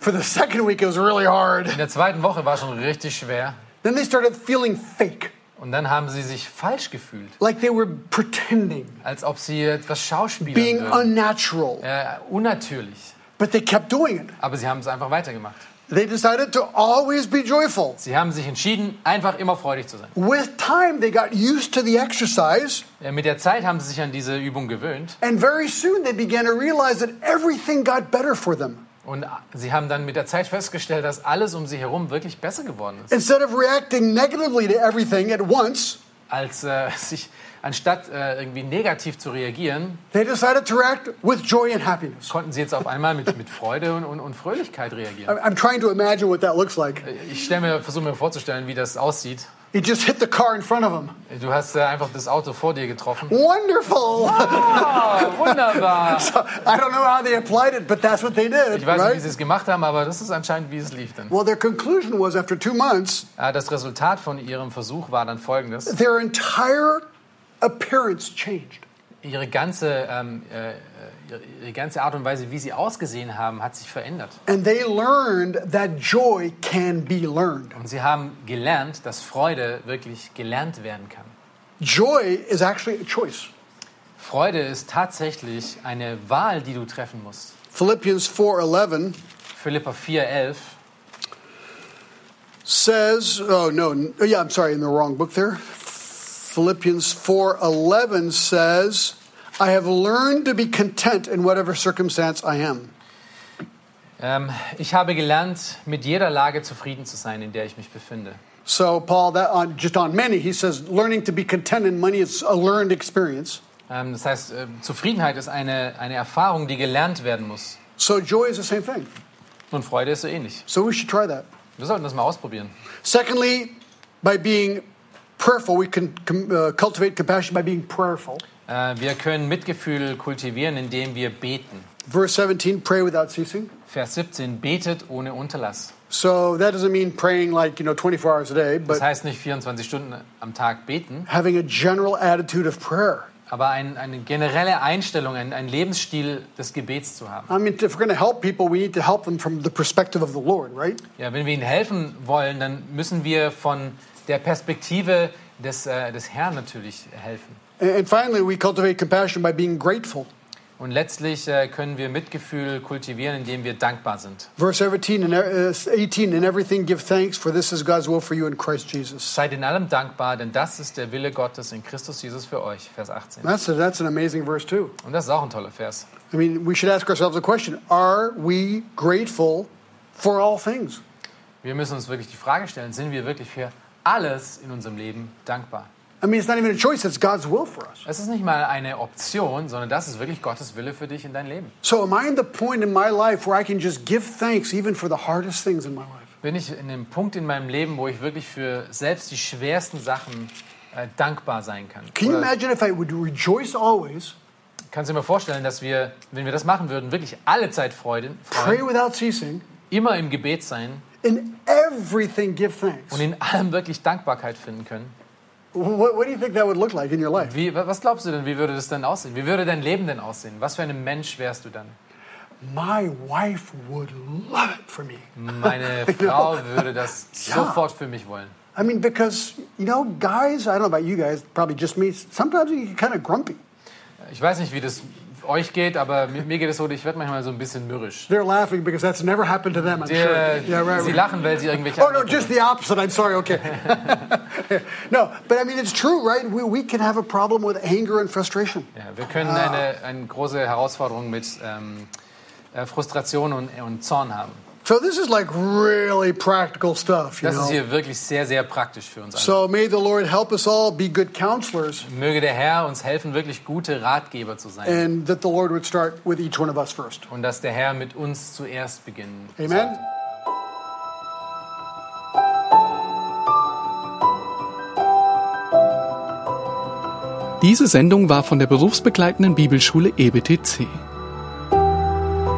B: For the second week, it was really hard.
C: In der zweiten Woche war es schon richtig schwer.
B: Then they started feeling fake,
C: Und dann haben sie sich falsch gefühlt,
B: like they were pretending,
C: als ob sie etwas schauspielern
B: being
C: würden.
B: unnatural.
C: äh, unnatürlich.
B: But they kept doing it.
C: Aber sie haben es einfach weitergemacht.
B: They decided to always be joyful.
C: Sie haben sich entschieden, einfach immer freudig zu sein.
B: With time, they got used to the exercise,
C: Äh, mit der Zeit haben sie sich an diese Übung gewöhnt.
B: and very soon they began to realize that everything got better for them.
C: Und äh, sie haben dann mit der Zeit festgestellt, dass alles um sie herum wirklich besser geworden ist.
B: Instead of reacting negatively to everything at once,
C: Als äh, sich, anstatt äh, irgendwie negativ zu reagieren,
B: they decided to react with joy and happiness.
C: konnten sie jetzt auf einmal mit, mit Freude und, und, und Fröhlichkeit reagieren.
B: I- I'm trying to imagine what that looks like.
C: Ich stell mir, versuche mir vorzustellen, wie das aussieht.
B: He just hit the car in front of him.
C: Du hast äh, einfach das Auto vor dir getroffen.
B: Wonderful!
C: Oh, wunderbar.
B: I don't know how they applied it, but that's what they did,
C: Ich weiß nicht, wie
B: right?
C: sie es gemacht haben, aber das ist anscheinend, wie es lief dann.
B: Well, their conclusion was after two months,
C: Äh, Das Resultat von ihrem Versuch war dann folgendes.
B: their entire appearance changed.
C: Ihre ganze, ähm, äh, ihre- ihre ganze Art und Weise, wie sie ausgesehen haben, hat sich verändert.
B: And they learned that joy can be learned.
C: Und sie haben gelernt, dass Freude wirklich gelernt werden kann.
B: Joy is actually a choice.
C: Freude ist tatsächlich eine Wahl, die du treffen musst.
B: Philippians 4:11
C: Philippa 4,11.
B: says, oh no, n- yeah, I'm sorry, in the wrong book there. Philippians 4:11 says, I have learned to be content in whatever circumstance I am.
C: Ähm, ich habe gelernt, mit jeder Lage zufrieden zu sein, in der ich mich befinde.
B: So Paul, that on, just on many, he says, learning to be content in money is a learned experience.
C: Ähm, das heißt, äh, Zufriedenheit ist eine, eine Erfahrung, die gelernt werden muss.
B: So joy is the same thing.
C: Und Freude ist so ähnlich.
B: So we should try that.
C: Wir sollten das mal ausprobieren.
B: Secondly, by being prayerful, we can com- uh, cultivate compassion by being prayerful.
C: Äh, wir können Mitgefühl kultivieren, indem wir beten.
B: Verse 17, pray without ceasing.
C: Vers 17, betet ohne Unterlass.
B: So that doesn't mean praying like, you know, 24 hours a day,
C: Das
B: but
C: heißt nicht 24 Stunden am Tag beten,
B: having a general attitude of prayer.
C: aber ein, eine generelle Einstellung, ein, ein Lebensstil des Gebets zu haben.
B: I mean, if we're going to help people, we need to help them from the perspective of the Lord, right?
C: Ja, wenn wir ihnen helfen wollen, dann müssen wir von der Perspektive des, äh, des Herrn natürlich helfen.
B: And and finally, we cultivate compassion by being grateful.
C: Und letztlich äh, können wir Mitgefühl kultivieren, indem wir dankbar sind.
B: Verse 17 and uh, 18, in everything give thanks, for this is God's will for you in Christ Jesus.
C: Seid in allem dankbar, denn das ist der Wille Gottes in Christus Jesus für euch. Vers 18.
B: That's, a, that's an amazing verse, too.
C: Und das ist auch ein toller Vers.
B: I mean, we should ask ourselves a question Are we grateful for all things?
C: Wir müssen uns wirklich die Frage stellen, sind wir wirklich für alles in unserem Leben dankbar?
B: I mean, it's not even a choice, it's God's will for us.
C: Es ist nicht mal eine Option, sondern das ist wirklich Gottes Wille für dich in dein Leben.
B: So, am I in the point in my life where I can just give thanks even for the hardest things in my life?
C: Bin ich in dem Punkt in meinem Leben, wo ich wirklich für selbst die schwersten Sachen äh, dankbar sein kann?
B: Can you
C: Oder
B: imagine if I would rejoice always,
C: kannst du dir mal vorstellen, dass wir, wenn wir das machen würden, wirklich alle Zeit Freude,
B: pray
C: freuen,
B: without ceasing,
C: immer im Gebet sein
B: in everything give thanks?
C: und in allem wirklich Dankbarkeit finden können?
B: What, what do you think that would look like in your life?
C: Wie, wa- was glaubst du denn, wie würde das denn aussehen? Wie würde dein Leben denn aussehen? Was für ein Mensch wärst du dann?
B: My wife would love it for me.
C: Meine Frau würde das
B: Ja.
C: sofort für mich wollen.
B: I mean, because, you know, guys, I don't know about you guys, probably just me, sometimes you get kind of grumpy.
C: Ich weiß nicht, wie das euch geht, aber mir, mir geht es so, ich werde manchmal so ein bisschen mürrisch.
B: They're laughing because that's never happened to them, I'm sure.
C: Der,
B: Yeah, right,
C: sie
B: right.
C: lachen, weil sie irgendwelche.
B: Oh, no,
C: anderen-
B: just the opposite. I'm sorry, okay. no, but I mean, it's true, right? We, we can have a problem with anger and frustration.
C: ja, wir können
B: Ah.
C: eine, eine große Herausforderung mit ähm, äh, Frustration und, und Zorn haben.
B: So this is like really practical stuff, you
C: Das ist
B: know.
C: hier wirklich sehr, sehr praktisch für uns alle.
B: Genau. So may the Lord help us all be good counselors
C: Möge der Herr uns helfen, wirklich gute Ratgeber zu sein.
B: and that the Lord would start with each one of us first.
C: Und dass der Herr mit uns zuerst beginnen
B: Amen.
A: Diese Sendung war von der berufsbegleitenden Bibelschule E EBTC.